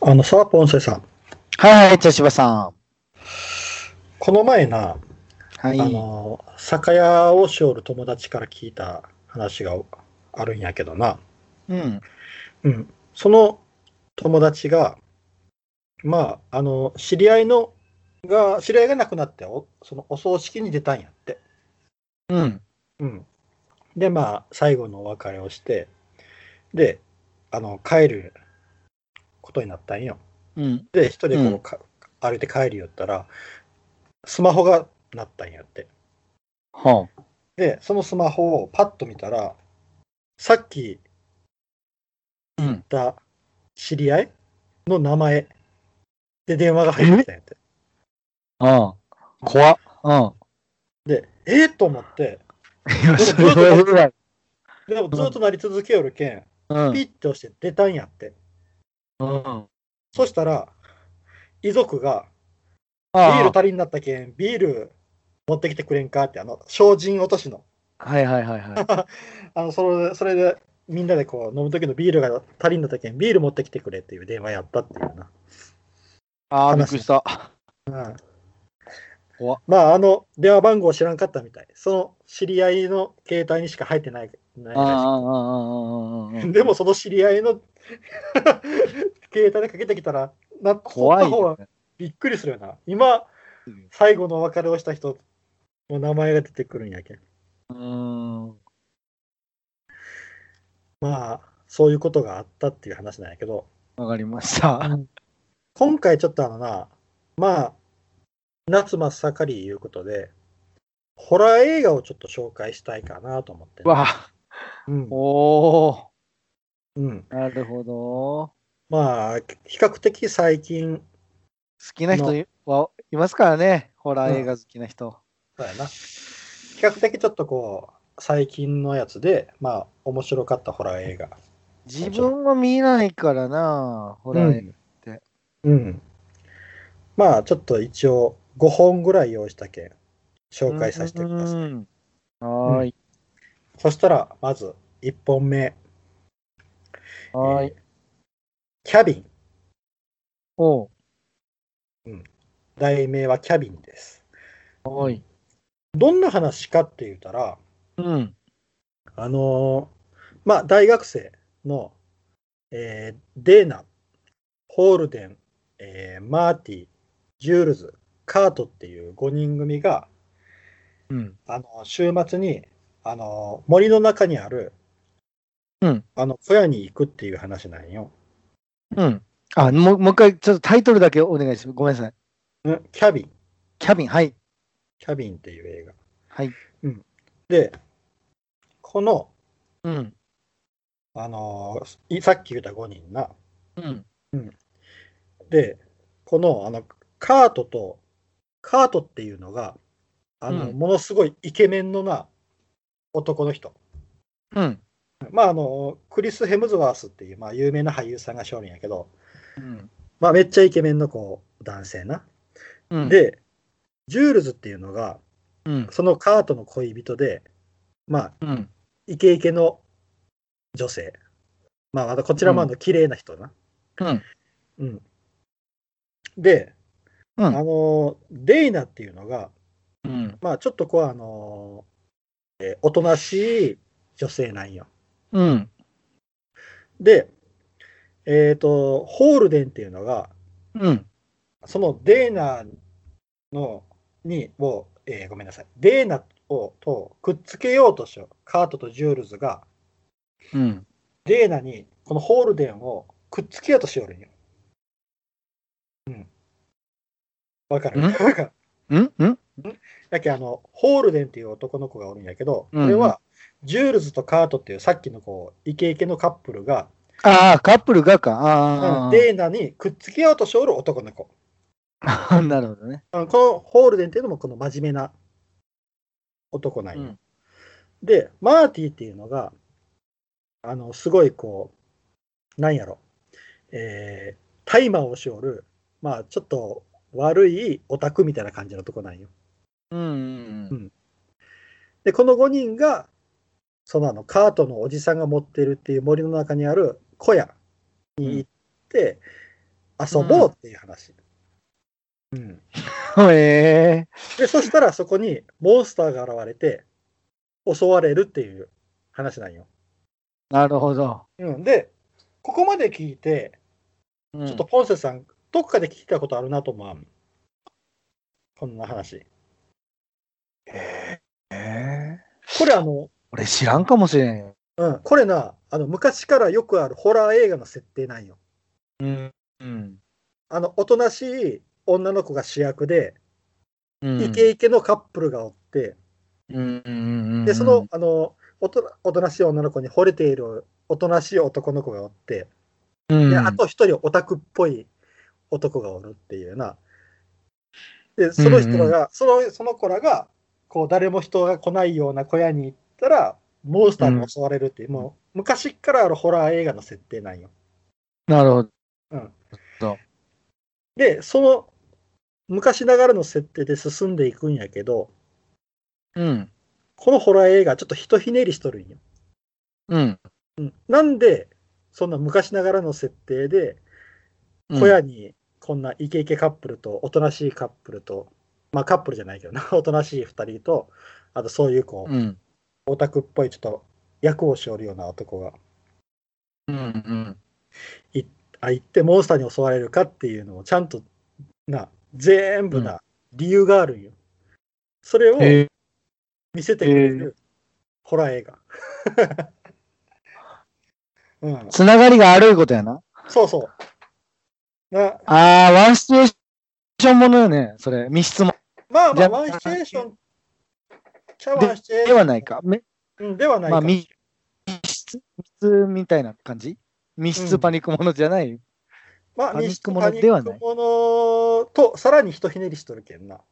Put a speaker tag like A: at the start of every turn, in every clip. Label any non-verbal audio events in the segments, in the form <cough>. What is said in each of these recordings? A: あのさ、ポンセさん。
B: はい、茶柴さ
A: この前な、
B: ん。はい。
A: あの、酒屋をしおる友達から聞いた話があるんやけどな。
B: うん。
A: うん。その友達が、まあ、あの、知り合いの、が、知り合いが亡くなって、おそのお葬式に出たんやって。
B: うん。
A: うん。で、まあ、最後のお別れをして、で、あの、帰ることになったんよ。
B: うん。
A: で、一人でこ
B: う
A: うんか、歩いて帰るよったら、スマホがなったんやって。
B: はあ。
A: で、そのスマホをパッと見たら、さっき
B: うん
A: 言った知り合いの名前で電話が入ってきたんやって。
B: うん。怖っ。うん。
A: で、えー、と思って、
B: いや、それは危ない。
A: でもずっと鳴り続けよるけん、
B: うん。
A: ピッて押して出たんやって。
B: うん。
A: そしたら、遺族が、ビール
B: あ
A: 足りになったけん、ビール持ってきてくれんかって、あの、精進落としの。
B: あ。はいはいはいはい。
A: あのそれそれでみんなでこう飲む時のビールが足りんだったけんビール持ってきてくれっていう電話やったっていうな。
B: <laughs> ああ、びっ
A: 話
B: くりした。
A: うん
B: 怖っ
A: まああの電話番号知らんかったみたい。その知り合いの携帯にしか入ってない。ない
B: ああ、ああ、あ
A: ら
B: あ、ああ
A: しいでもその知り合いの <laughs> 携帯でかけてきたらな
B: 怖
A: そ
B: い
A: んな方は
B: よね。
A: びっくりするよな。今最後のお別れをした人の名前が出てくるんやけん。
B: うん。
A: まあそういうことがあったっていう話なんやけど。
B: わかりました。
A: 今回ちょっとあのな、まあ、夏真っ盛りいうことで、ホラー映画をちょっと紹介したいかなと思って、
B: わ
A: うん
B: おお。
A: うん。
B: なるほど。好
A: まあ、比較的最近、
B: きな人いはいますからね。ホラー映画好きな人。
A: そうやな。比較的ちょっとこう、最近のやつで、まあ、面白かったホラー映画。
B: 自分は見ないからな。ホラー映画。
A: うん。まあ、ちょっと一応、5本ぐらい用意したけん、紹介させてください。
B: い。はーい。
A: そしたら、まず、1本目、
B: はーい。
A: キャビン。
B: おう。
A: 題名はキャビンです。
B: はーい。
A: どんな話かって言ったら、
B: うん。
A: あのーまあ、大学生の、えーデーナ、ホールデン、えーマーティ、ジュールズ、カートっていう5人組が、
B: うん。
A: あの週末に、あのー森の中にある、
B: うん
A: あの小屋に行くっていう話なんよ。
B: うん。あ、もうもう一回、ちょっとタイトルだけお願いします。ごめんなさい。
A: うんキャビン、
B: キャビン、はい。
A: キャビンっていう映画。
B: はい。
A: で、この、
B: うん。
A: あのーいさっき言った5人な、
B: うん。
A: で、このあのカートと、カートっていうのが、あの
B: うん
A: ものすごいイケメンのな男の人。
B: うん。
A: まあ、あのクリス・ヘムズワースっていう、まあ、有名な俳優さんが勝利やけど、
B: うん
A: まあ、めっちゃイケメンのこう男性な。
B: うん、
A: で、ジュールズっていうのが、
B: うん。
A: そのカートの恋人で、まあ、
B: うん。
A: イケイケの女性。まあ、またこちらもあの綺麗な人な。
B: うん。
A: うん。で、
B: う
A: あ
B: ん。
A: の、デイナっていうのが、
B: うん。
A: まあ、ちょっとこう、あのえーおとなしい女性なんよ。
B: うん。
A: で、えっ、と、ホールデンっていうのが、
B: うん。
A: そのデーナの、に、を、えーごめんなさい、デーナをとくっつけようとしよう。カートとジュールズが、
B: うん。
A: デーナに、このホールデンをくっつけようとしよるんよ。うん。わかる
B: ん
A: わかる
B: うん。うん。
A: だけあのホールデンっていう男の子がおるんやけど、
B: うんうん
A: これはジュールズとカートっていうさっきのこうイケイケのカップルが、
B: ああ、カップルがか。ああ。
A: デーナにくっつけようとしおる男の子。
B: <laughs> なるほどね。
A: あのこのホールデンっていうのもこの真面目な男なん
B: う
A: よ。
B: ん。
A: で、マーティっていうのが、あのすごいこう、なんやろ、えー、タイマーをしおる、まあちょっと悪いオタクみたいな感じのとこなんよ。
B: うん。うん。
A: で、この5人が、そのあのカートのおじさんが持ってるっていう森の中にある小屋に行って、遊ぼうっていう話。うん。
B: ええ
A: で、そしたらそこにモンスターが現れて、襲われるっていう話なんよ。
B: なるほど。
A: うん。で、ここまで聞いて、
B: ちょ
A: ちょっとポンセさん、どっかで聞いたことあるなと思わん。こんな話。
B: ええ
A: これあの、
B: 俺知らんかもしれんよ。
A: うん、これな、あの、昔からよくあるホラー映画の設定なんよ。
B: うん。うん。
A: あの、おとなしい女の子が主役で、
B: うん
A: イケイケのカップルがおって、
B: うんうん
A: で、その、、あの、おとおとなしい女の子に惚れているおとなしい男の子がおって、
B: うん、
A: で、あと一人オタクっぽい男がおるっていうな。で、その人らが、
B: うん
A: そのその子らが、こう、誰も人が来ないような小屋に行ったら、モンスターに襲われるっていう、もう、昔からあるホラー映画の設定なんよ。
B: なるほど。
A: で、その、昔ながらの設定で進んでいくんやけど、
B: うん。
A: このホラー映画、ちょっとひとひねりしとるんよ。
B: うん。
A: うん、なんで、そんな昔ながらの設定で、
B: うん
A: 小屋にこんなイケイケカップルとおとなしいカップルと、まあカップルじゃないけどな <laughs> おとなしい2人とあとそういうこう、
B: うん。
A: オタクっぽいちょっと役をしおるような男が
B: うん。うん。
A: あ行ってモンスターに襲われるかっていうのをちゃんとな全部な理由があるんよ、それを
B: ええ
A: 見せてくれるホラー映画、 <laughs> うん、
B: つながりがあるいうことやな。
A: そうそうな
B: ああ、ワンシチュエーションものよね。それ、密室も
A: まあま
B: じ
A: あ
B: ゃ
A: ワンシチュエーション茶碗シチュエーシ
B: で
A: ョン
B: はないか。め
A: うん、ではない
B: ま
A: か
B: あ、
A: もしれない
B: 密室、密室みたいな感じ密室パニックものじゃない。
A: まあ、
B: パニックも
A: パ
B: の
A: ニ
B: では
A: ッ
B: ない
A: クものと、さらにひとひねりしとるけんな。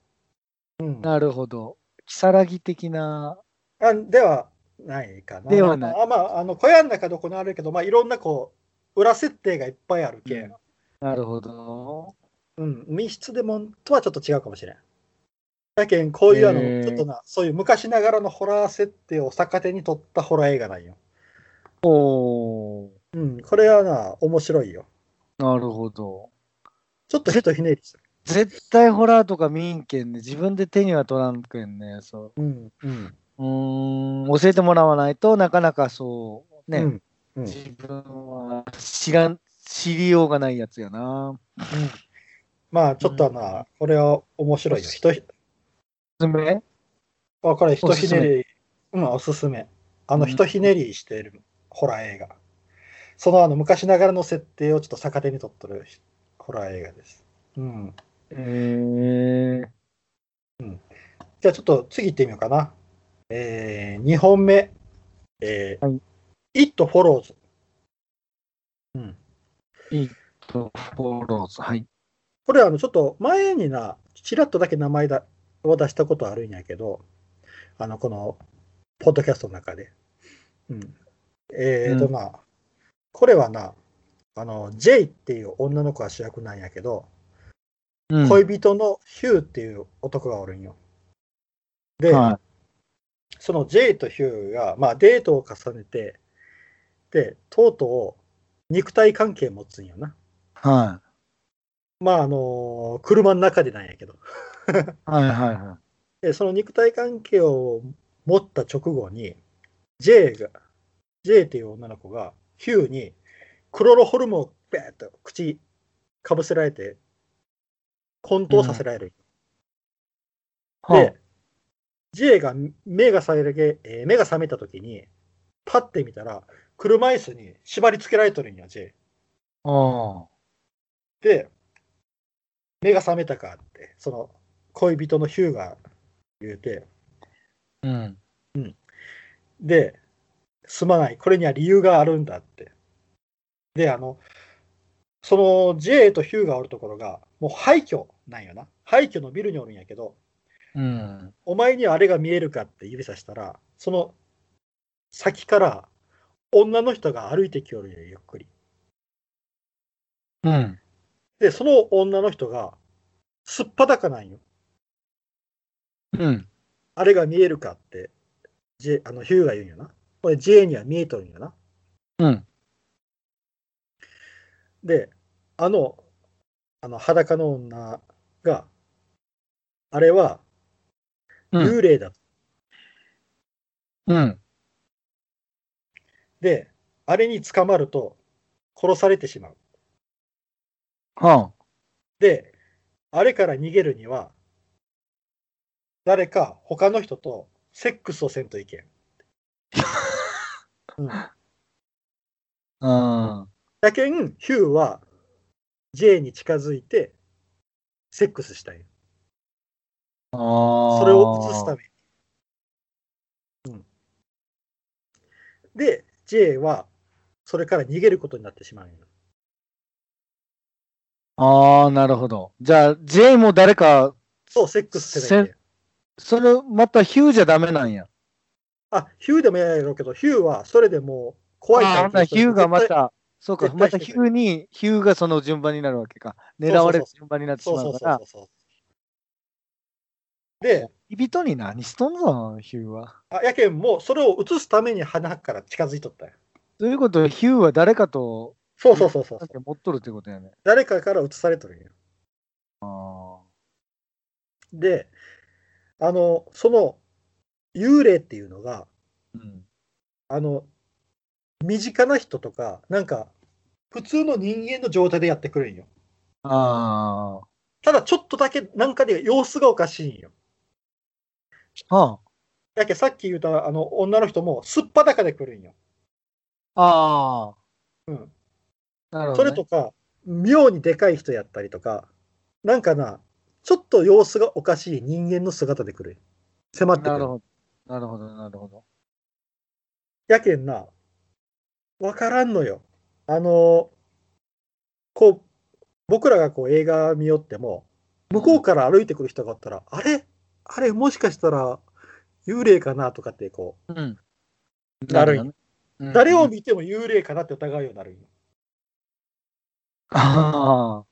A: うん。
B: なるほど。キサラギ的な。
A: あではないかな。
B: ではない
A: まあ、まあ、あの小屋の中で行われるけど、まあ、いろんなこう、裏設定がいっぱいあるけん。
B: なるほど。
A: うん。密室でもんとはちょっと違うかもしれん。だけん、こういうあの、
B: へー
A: ちょっとな、そういう昔ながらのホラー設定を逆手に取ったホラー映画なんよ。
B: おー。
A: うん。これはな、面白いよ。
B: なるほど。
A: ちょっとひとひねりしとる。
B: 絶対ホラーとか見んけんね。自分で手には取らんけんね。そ
A: うん。うん。
B: う。うーん。教えてもらわないとなかなかそう。ね。
A: うん。うん
B: 自分は知らん、知りようがないやつやな。
A: まあ、ちょっとな、これは面白いよ。ひとひ
B: おすすめ
A: あ、これ、ひと
B: お
A: ひ
B: すす
A: ね
B: め
A: り、うん、おすすめ。あの、
B: うん
A: ひとひねりしているホラー映画。その、あの、昔ながらの設定をちょっと逆手に取っとるホラー映画です。うん。
B: えー、
A: じゃあ、ちょっと次行ってみようかな。えー、2本目。えー、
B: はい
A: It Follows。うん。
B: と、フォローズ。はい。
A: これ、あの、ちょっと前にな、ちらっとだけ名前だを出したことあるんやけど、あの、この、ポッドキャストの中で。うん。えーと
B: うん
A: な、これはな、あの、J っていう女の子が主役なんやけど、
B: うん
A: 恋人のヒューっていう男がおるんよ。で、
B: は
A: その J とヒューが、まあ、デートを重ねて、で、とうとう肉体関係持つんよな。
B: い。は
A: まあ、あの車の中でなんやけど。
B: い。はい。はい。は
A: で、その肉体関係を持った直後に、J が、J っていう女の子が、ヒューにクロロホルムをベーッと口かぶせられて、混沌させられる。
B: い。は
A: で、J が目が覚めるえー目が覚めた時に、パッて見たら、車椅子に縛り付けられとるんや、J。
B: あ。は
A: で、目が覚めたかって、その恋人のヒューが言うて、
B: あ。うん。
A: で、すまない、これには理由があるんだって。で、あの、その J とヒューがおるところが、もう廃墟なんよな。廃墟のビルにおるんやけど、
B: うん。
A: お前にはあれが見えるかって指さしたら、その先から女の人が歩いてきおるんよ、ゆっくり。
B: うん。
A: で、その女の人が、すっぱだかなんよ。
B: うん。
A: あれが見えるかって、J、あのヒューが言うんよな。これ J には見えとるんよな。
B: うん。
A: で、あの、あの、裸の女が、あれは
B: うん。
A: 幽霊だ。
B: うん。
A: で、あれに捕まると殺されてしまう。
B: は
A: で、あれから逃げるには、誰か他の人とセックスをせんといけん。うん、
B: あ。あ
A: だけん、ヒューは J に近づいて、セックスしたい。
B: あー。
A: それを映すために。うん、で、J は、それから逃げることになってしまうんよ
B: ああ、なるほど。じゃあ、J も誰か、
A: そう、セックスせないけん
B: それ、またヒューじゃダメなんや。
A: あ、ヒューでも嫌やろうけど、ヒューはそれでもう怖い
B: あ
A: タイ
B: ーほん
A: プの
B: なら
A: 人
B: ヒューがまた、そうか、
A: 絶対
B: またヒューに、ヒューがその順番になるわけか。狙われる
A: そうそうそう
B: 順番になってし
A: そう
B: ま
A: そうう
B: から
A: そう、そう。で、
B: 恋人に何しとんの、ヒューは。
A: あやけんもうそれを映すために花から近づいとったんよ
B: ということは、ヒューは誰かと
A: そうそうそうそう
B: なん。か持っとるってことやね。
A: 誰かから映されとるんよ。
B: あ
A: で、あの、その幽霊っていうのが、
B: ーうん。
A: あの、身近な人とか、なんか、普通の人間の状態でやってくるんよ。
B: あ
A: ただちょっとだけなんかで様子がおかしいんよ。
B: あ。は
A: やけんさっき言ったあの女の人もすっぱだかで来るんよ。
B: あ。あ
A: うん、
B: あ。なるほ
A: そ
B: ど、ね。
A: れとか、妙にでかい人やったりとか、なんかな、ちょっと様子がおかしい人間の姿で来るんよ。迫って
B: な
A: く
B: る
A: る。
B: ほど。なるほど、なるほど。
A: やけんな、わからんのよ。あの、こう、僕らがこう映画見よっても、向こうから歩いてくる人がおったら、あれあれもしかしたら幽霊かなとかってこ
B: うん。
A: なるんや
B: ね。
A: う、誰を
B: 見
A: 見ても幽霊かなって疑うようになるんよ。
B: あ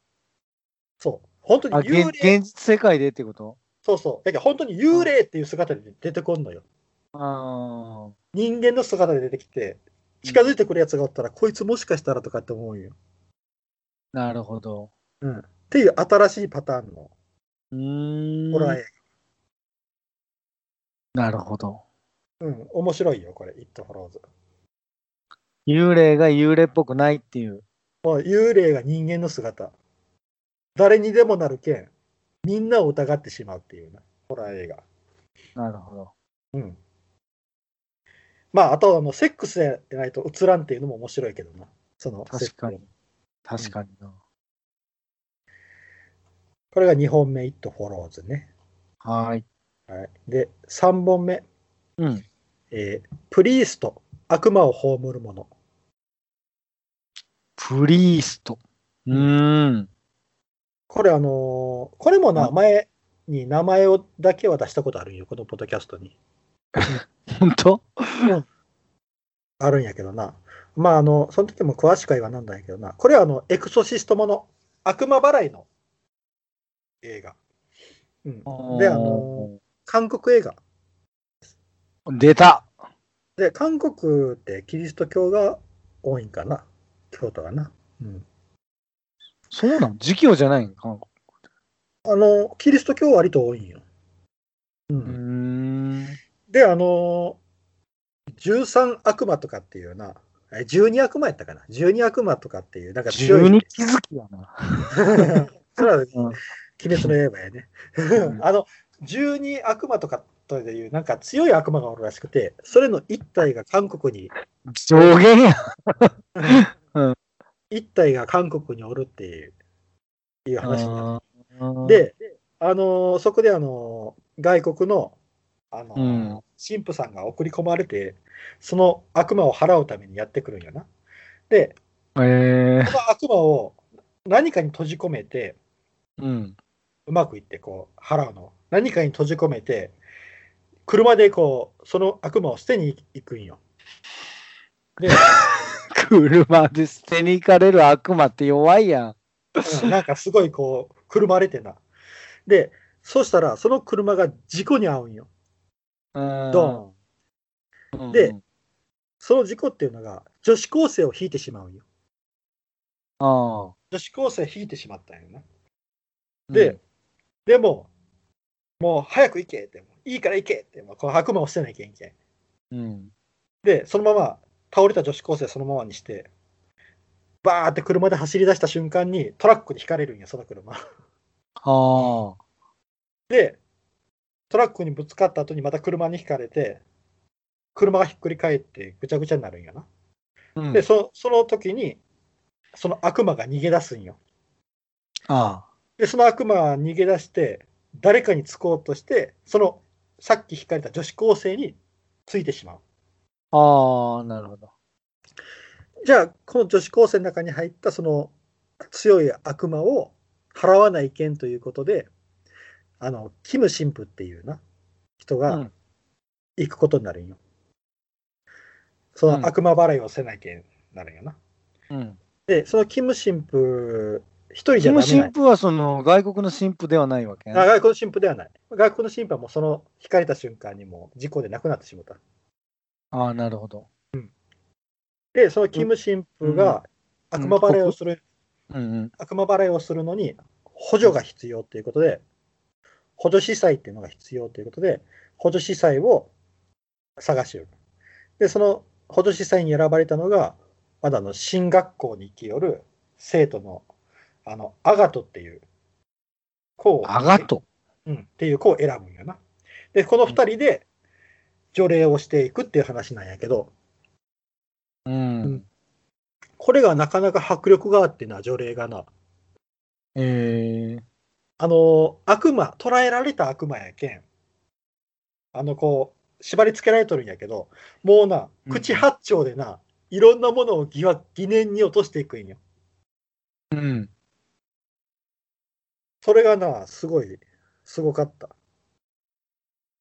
A: そう。本当
B: ーあ。
A: に
B: 現
A: 幽霊、
B: 現実世界でってこと
A: そうそう。だけど本当に幽霊っていう姿で出てこんのよ。
B: ああ。
A: 人間の姿で出てきて、近づいてくるやつがおったら、こいつもしかしたらとかって思うんよ。
B: なるほど。
A: うん。っていう新しいパターンの
B: うーん。
A: ホラー映
B: なるほど。
A: 画。うん。面白いよ、これ。It Follows。
B: 幽霊が幽霊っぽくないっていう。
A: もう幽霊が人間の姿。誰にでもなるけん、みんなを疑ってしまうっていうな、ホラー映画。
B: なるほど。
A: うん。まあ、あとはあの、セックスやないと映らんっていうのも面白いけどな。その、
B: 確かに
A: セット。
B: 確かにな。
A: これが2本目、It Follows ね。
B: はーい。
A: はい。で、3本目、
B: うん。
A: えープリースト、悪魔を葬る者。
B: プリースト。うーん。
A: これあのーこれもな、
B: う
A: 前に名前をだけは出したことあるんよ、このポッドキャストに。
B: 本当
A: あるんやけどな。まあ、あの、その時も詳しくは言わなんだんやけどな。これはあの、エクソシストもの、悪魔払いの映画。うん。で、あの、韓国映画。
B: 出た
A: で、韓国ってキリスト教が多いんかな。京都がな。うん。
B: そうなの儒教じゃないんか。
A: あの、キリスト教は割と多いんよ。う
B: うー
A: ん。
B: ん。
A: で、あの、13悪魔とかっていうな、え12悪魔やったかな。12悪魔とかっていう、なんか強い。
B: 12気づきやな。 <laughs>
A: それは
B: うん
A: 鬼滅の刃やね。
B: う
A: <laughs>
B: ん
A: あの、十二悪魔とかという、なんか強い悪魔がおるらしくて、それの一体が韓国に、
B: 上限や。
A: 一体が韓国におるっていういう話になっ
B: うん
A: て、で、あのーそこで、あのー外国の、あのー
B: うん
A: 神父さんが送り込まれて、その悪魔を払うためにやってくるんやな。で、
B: えー
A: その悪魔を何かに閉じ込めて、
B: うん。
A: うまくいってこう払うの何かに閉じ込めて車でこうその悪魔を捨てに行くんよで、
B: 車で捨てに行かれる悪魔って弱いやん。
A: うんなんかすごいこう <laughs> くるまれてなでそうしたらその車が事故に遭うんよド
B: ドン
A: でその事故っていうのが女子高生を引いてしまうんよ
B: ああ。
A: 女子高生引いてしまったんよなで
B: うん
A: でも、もう早く行けって、いいから行けって、まあ、この悪魔を捨てなきゃいけん。
B: うん。
A: で、そのまま、倒れた女子高生そのままにして、バーって車で走り出した瞬間にトラックにひかれるんや、その車。
B: ああ。
A: で、トラックにぶつかった後にまた車にひかれて、車がひっくり返ってぐちゃぐちゃになるんやな。
B: うん、
A: で、そその時に、その悪魔が逃げ出すんよ。
B: あ
A: で、その悪魔は逃げ出して、誰かにつこうとして、そのさっきひかれた女子高生についてしまう。
B: あ。ああ、なるほど。
A: じゃあ、この女子高生の中に入ったその強い悪魔を払わない件ということで、あの、キム神父っていうな、人
B: う
A: が
B: ん
A: 行くことになるんよ。その悪魔払いをせない件になるんよな。
B: うん。
A: で、そのキム神父、一人じ
B: キ
A: ゃダ
B: ム
A: メな
B: 神
A: い。
B: 父はその外国の神父ではないわけね。
A: あ外国の神父ではない。外国の神父はもうその引かれた瞬間にもう事故で亡くなってしまった。
B: ああ、なるほど。
A: で、そのキム神父が悪魔払いをする
B: うんうん。
A: 悪魔払いをするのに補助が必要ということで、補助司祭っていうのが必要ということで、補助司祭を探している。で、その補助司祭に選ばれたのが、まだあの進学校に行きよる生徒のあのアガトっていう子を
B: アガト。
A: うん、っていう子を選ぶんやな。で、この2人で除霊をしていくっていう話なんやけど、
B: うん。
A: うんこれがなかなか迫力があってな、除霊がな。
B: ええ
A: あの、悪魔、捕らえられた悪魔やけん。あの、こう、縛り付けられとるんやけど、もうな、
B: うん
A: 口八丁でな、いろんなものを疑惑、疑念に落としていくんよ。
B: うん。
A: それがな、すごい、すごかった。ち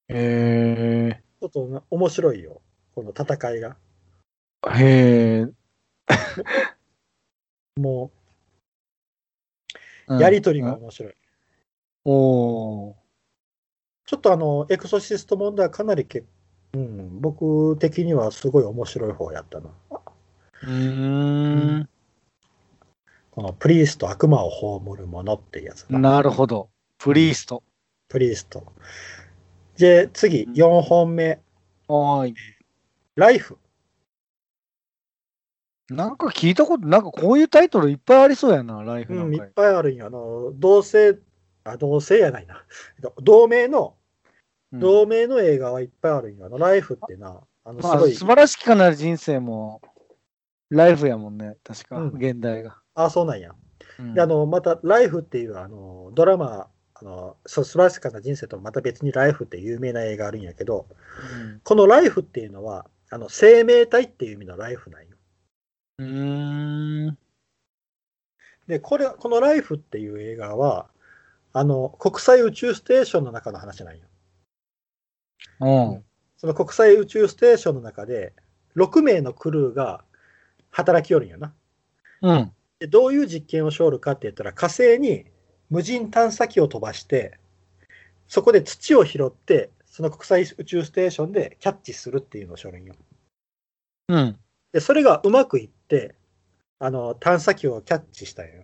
B: え
A: ょっとな面白いよ、この戦いが。
B: えへえ、
A: も
B: う
A: う、
B: ん
A: やりとりが面白い。
B: おー
A: ちょっとあの、エクソシスト問題はかなりけ、うん、僕的にはすごい面白い方やったな。
B: うーん。
A: このプリースト悪魔を葬るものっていうやつな
B: なるほど。プリースト。
A: プリースト。で、次、4本目、
B: はーい。
A: ライフ。
B: なんか聞いたこと、なんかこういうタイトルいっぱいありそうやな、ライフ
A: う、
B: なんん
A: い
B: か。
A: っぱいあるんよ。あの、同性、あ、同性やないな。同盟の、
B: うん
A: 同盟の映画はいっぱいあるんよ。あの、ライフってな、あの、す
B: まあ、
A: ごい、
B: 素晴らしきかなる人生も、ライフやもんね、確か、
A: うん
B: 現代が。
A: あ、そうなんや。
B: うん
A: で、あの、また、ライフっていう、あの、ドラマ、あの、そう素晴らしかな人生とまた別にライフって有名な映画あるんやけど、このライフっていうのは、あの、生命体っていう意味のライフなんよ。
B: うん、うーん。
A: で、これ、このライフっていう映画は、あの、国際宇宙ステーションの中の話なんよ。
B: うん。
A: その国際宇宙ステーションの中で、6名のクルーが働きよるんよな。
B: うん。
A: で、どういう実験をしょるかって言ったら、火星に無人探査機を飛ばして、そこで土を拾って、その国際宇宙ステーションでキャッチするっていうのをしょるんよ。
B: うん。
A: で、それがうまくいって、あの、探査機をキャッチしたんよ。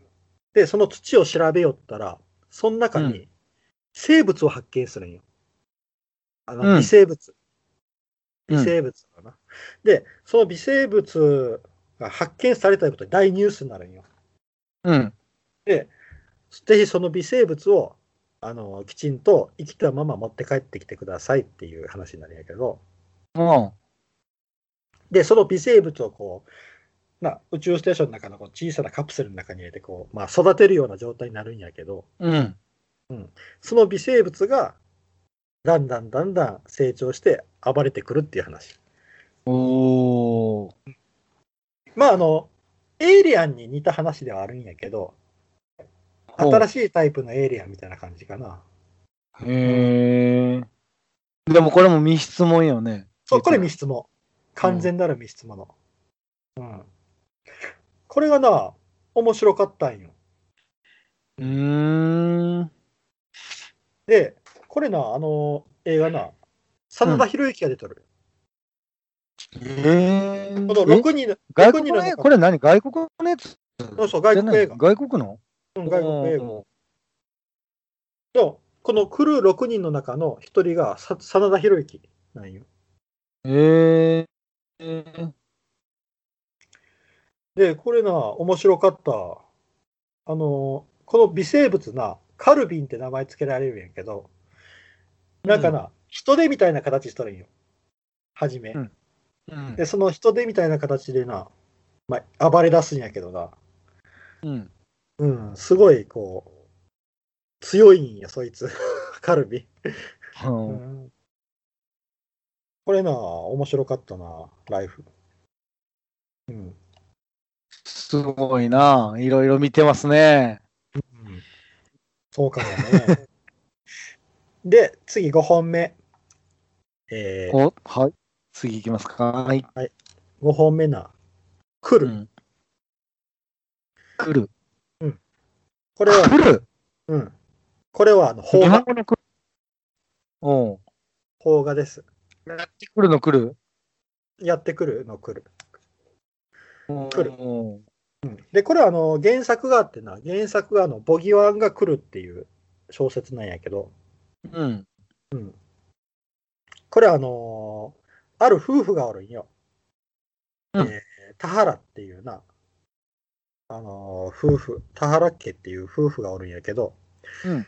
A: で、その土を調べよったら、その中
B: う
A: に生物を発見するんよ。あ
B: う
A: の、
B: ん
A: 微生物。
B: う
A: 微
B: ん
A: 生物かな。で、その微生物が発見されたということで大ニュースになるんよ。
B: うん。
A: で、ぜひその微生物を、あの、きちんと生きたまま持って帰ってきてくださいっていう話になるんやけど、
B: うん。
A: で、その微生物をこう、な宇宙ステーションの中のこう小さなカプセルの中に入れてこう、まあ、育てるような状態になるんやけど、
B: うん。
A: その微生物がだんだんだんだん成長して暴れてくるっていう話。
B: おー。
A: まあ、あの、エイリアンに似た話ではあるんやけど、新しいタイプのエイリアンみたいな感じかな。
B: へえ。でもこれも密室もんよね。
A: そう、これ密室も。完全なる密室もの。うん。これがな、面白かったんよ。
B: うーん。
A: で、これな、あの、映画な、真田広之が出てる。
B: え
A: この
B: え
A: 6人の、
B: 外
A: 6
B: 国
A: 人の中
B: のね、これ何外国のやつ
A: そうそう、外国映画。
B: 外国の
A: うん外国映画。
B: おー
A: でもこのクルー6人の中の一人がさ真田広之なんよ。
B: えー、
A: で、これな、面白かった。あの、この微生物な、カルビンって名前つけられるんやけど、なんかな、人手みたいな形しとるんよ。はじめ。
B: うんうん
A: で、その人手みたいな形でな、まあ、暴れ出すんやけどな、
B: うん、
A: うん、すごい、こう、強いんや、そいつ、 <laughs> カルビ。
B: は
A: これな、面白かったな、ライフ。うん。
B: あすごいな。いろいろ見てますね。
A: そうかも
B: <laughs>
A: ね。で、次5本目。えー、
B: おはい。次行きますか。はい。
A: 5本目な。来
B: う
A: る。
B: ん、来る。
A: これは、
B: 来る
A: うん。これは、あの、
B: 日
A: 邦
B: 本
A: 画、
B: 語の来る。うん。
A: 邦画です。
B: 来るの来る。
A: やってくるの来る。
B: 来
A: る
B: うん
A: で、これはあの原作があってな、原作があのボギワンが来るっていう小説なんやけど、
B: うん。
A: これはあのーある夫婦がおるんよ。
B: うん
A: えー田原っていうな、あのー夫婦、田原家っていう夫婦がおるんやけど、
B: うん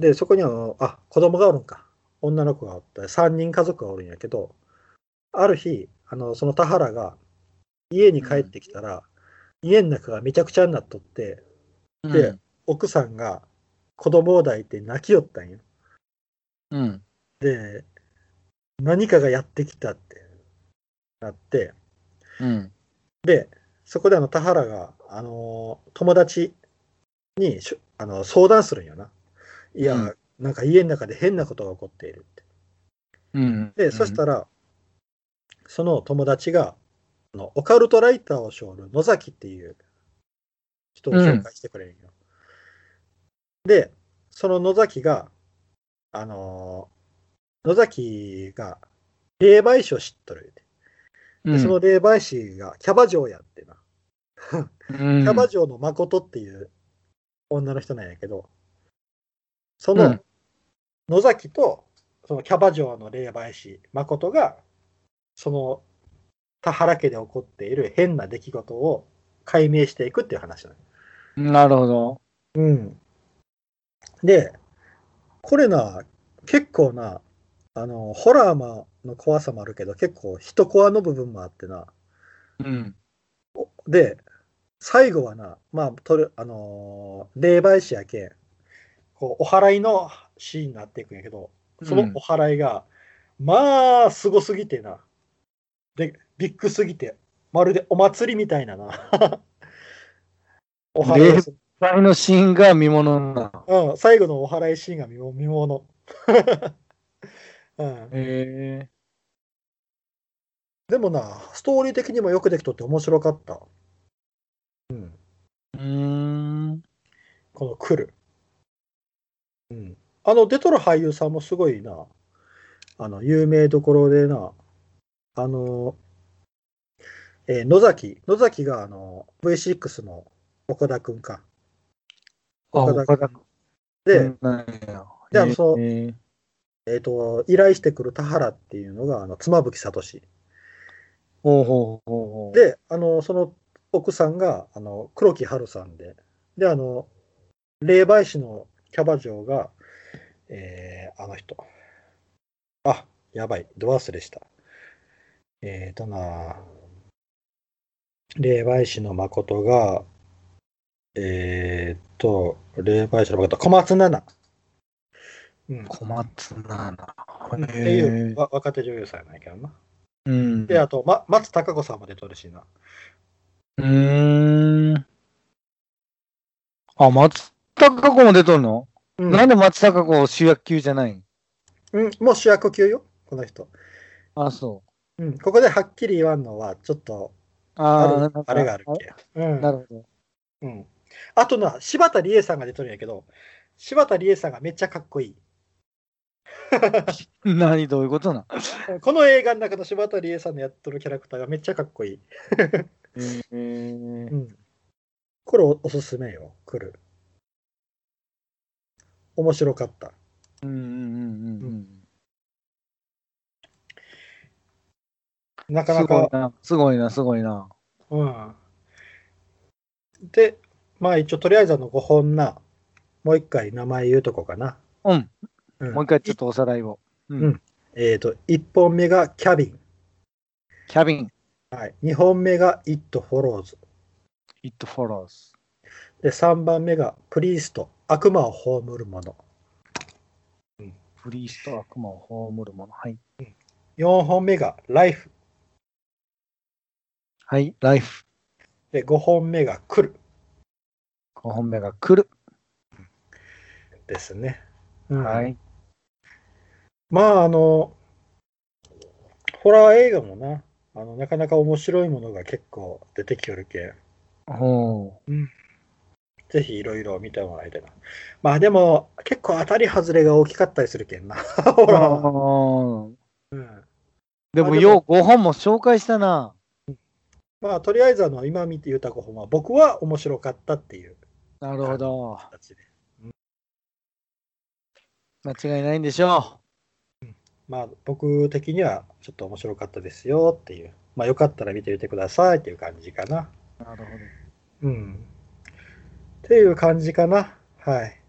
A: で、そこにあの、あ、子供がおるんか。女の子がおって、3人家族がおるんやけど、ある日、あのその田原が家に帰ってきたら、家の中がめちゃくちゃになっとって、で奥さんが子供を抱いて泣きよったんよ。
B: うん。
A: で、何かがやってきたってなって、
B: うん。
A: で、そこであの田原が、あのー友達にしょあの相談するんよな。いや、
B: うん
A: なんか家の中で変なことが起こっているって。
B: うん。
A: で、そしたら、その友達が、あのオカルトライターをしょる野崎っていう人を紹介してくれるんよ。で、その野崎が、あのー野崎が霊媒師を知っとる
B: う
A: 言うて。で、
B: ん、
A: その霊媒師がキャバ嬢やってな。
B: うん、
A: キャバ嬢の誠っていう女の人なんやけど、そうの
B: ん
A: 野崎とそのキャバ嬢の霊媒師誠が、その田原家で起こっている変な出来事を解明していくっていう話なの。
B: なるほど。
A: うん。で、これな、結構な、あの、ホラーの怖さもあるけど、結構人コアの部分もあってな、
B: うん。
A: で、最後はな、まあ、とる、あのー霊媒師やけん、こう、お祓いのシーンになっていくんやけど、そのお祓いが、まあ、すごすぎてな。で、ビッグすぎて、まるでお祭りみたいなな。 <laughs> お祓いをする、
B: 前のシーンが見ものなの。
A: うん、最後のお祓いシーンが見も見もの。 <laughs> うん、
B: へえ。
A: でもな、ストーリー的にもよくできとって面白かった。うん。
B: うーん。
A: この来る。うん。あの、出とる俳優さんもすごいな。あの、有名どころでな。あの、えー野崎。野崎が、あの、V6 の岡田くんか。
B: あ、
A: 岡田
B: 岡田
A: 君で、で
B: じゃ
A: あのそう
B: え
A: えっ、と、依頼してくる田原っていうのが、あの、妻夫木聡。
B: ほうほうほうほう。、
A: で、あの、その奥さんが、あの、黒木春さんで、で、あの、霊媒師のキャバ嬢が、えー、あの人。あ、やばい、ド忘れした。えーとな、霊媒師の誠が、えーと、霊媒師の誠、小松菜奈。うん。
B: 小松菜
A: っ
B: 奈。
A: てい
B: へ
A: うわ若手女優さんやないけどな。
B: え。うん。
A: で、あと、ま、松たか子さんも出とるしな。
B: うーん。あ、松たか子も出とんの、
A: うん
B: なんで松たか子主役級じゃないん
A: うん、もう主役級よ、この人。
B: あ、そう。
A: うん、ここではっきり言わんのは、ちょっとあ
B: あ
A: る
B: ーなんか
A: あれがあるっけ。うん
B: なるほど。
A: うん、あとな、柴田理恵さんが出とるんやけど、柴田理恵さんがめっちゃかっこいい。
B: 何どういうことな
A: この映画の中の柴田理恵さんのやっとるキャラクターがめっちゃかっこいい。
B: え
A: うん、これおおすすめよ、来る。面白かった。
B: うんうんうんうん。
A: なか
B: す
A: な
B: ごい
A: か。
B: な、すごいな、すごいな。
A: うん、で、まあ一応とりあえずあの5本な、もう一回名前言うとこかな。
B: うん、
A: うん
B: もう一回ちょっとおさらいを。うん
A: うんえっ、と、1本目がキャビン。
B: キャビン、
A: はい、2本目が It Follows。
B: It Follows。
A: で、3番目がプリースト。悪魔を葬るもの。
B: フリースト悪魔を葬るもの。はい。
A: 4本目がライフ。
B: はい、ライフ。
A: で、5本目が来る。
B: 5本目が来る。
A: ですね。うん
B: はい。
A: まあ、あの、ホラー映画もな、あのなかなか面白いものが結構出てきよるけん、
B: おー
A: ぜひいろいろ見てもらいたいな。まあでも、結構当たり外れが大きかったりするけんな。 <laughs> ほら、
B: あー
A: うん
B: でもよう5本も紹介したな。
A: まあとりあえずあの、今見て言うた子は、僕は面白かったっていう
B: なるほど。
A: 形で。
B: 間違いないんでしょ
A: まあ僕的にはちょっと面白かったですよっていう。まあよかったら見てみてくださいっていう感じかな。
B: う。なるほど。
A: うん。っていう感じかな。はい。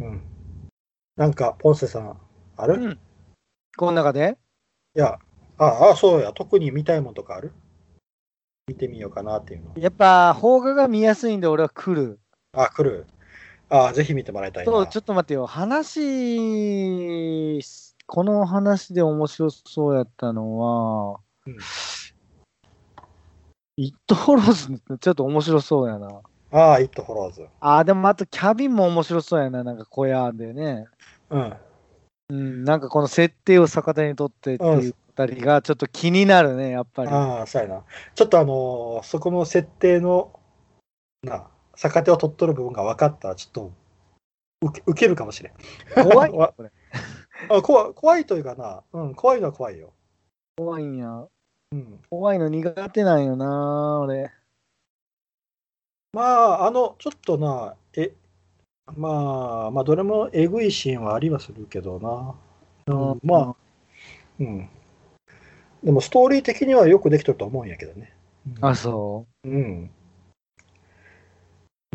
A: うん。なんか、ポンセさん、ある、
B: う
A: い
B: んこの中で
A: や、ああ、そうや。特に見たいものとかある見てみようかなっていうの。
B: やっぱ邦画が見やすいんで俺は来る。
A: あ、来る。ああ、ぜひ見てもらいたいな。
B: と、ちょっと待ってよ。話、この話で面白そうやったのは、
A: うん
B: イットホローズ、ちょっと面白そうやな。
A: ああ、イットフォローズ。
B: あー、でもあとキャビンも面白そうやな。なんか小屋でね。
A: うん。
B: うん、なんかこの設定を逆手にとってっていうあたりがちょっと気になるね、やっぱり。
A: ああ、そうやな。ちょっとあのーそこの設定の、な、逆手を取っとる部分が分かったら、ちょっと、受け受けるかもしれん。
B: 怖
A: <laughs>
B: い
A: わ
B: これ
A: あ怖い怖いというかな、うん、怖いのは怖いよ。
B: 怖いんや。
A: うん、
B: 怖いの苦手なんよな、俺。
A: まあ、あの、ちょっとな、え、まあ、まあ、どれもえぐいシーンはありはするけどな。うん、まあ、うん。でも、ストーリー的にはよくできてると思うんやけどね。
B: あ、そ
A: うん。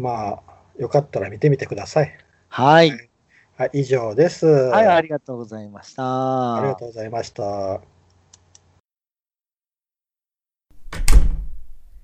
A: まあ、よかったら見てみてください。
B: う。はい。
A: はい、以上です。
B: はい、あ
A: あり
B: りがとうございました。
A: がとうございました。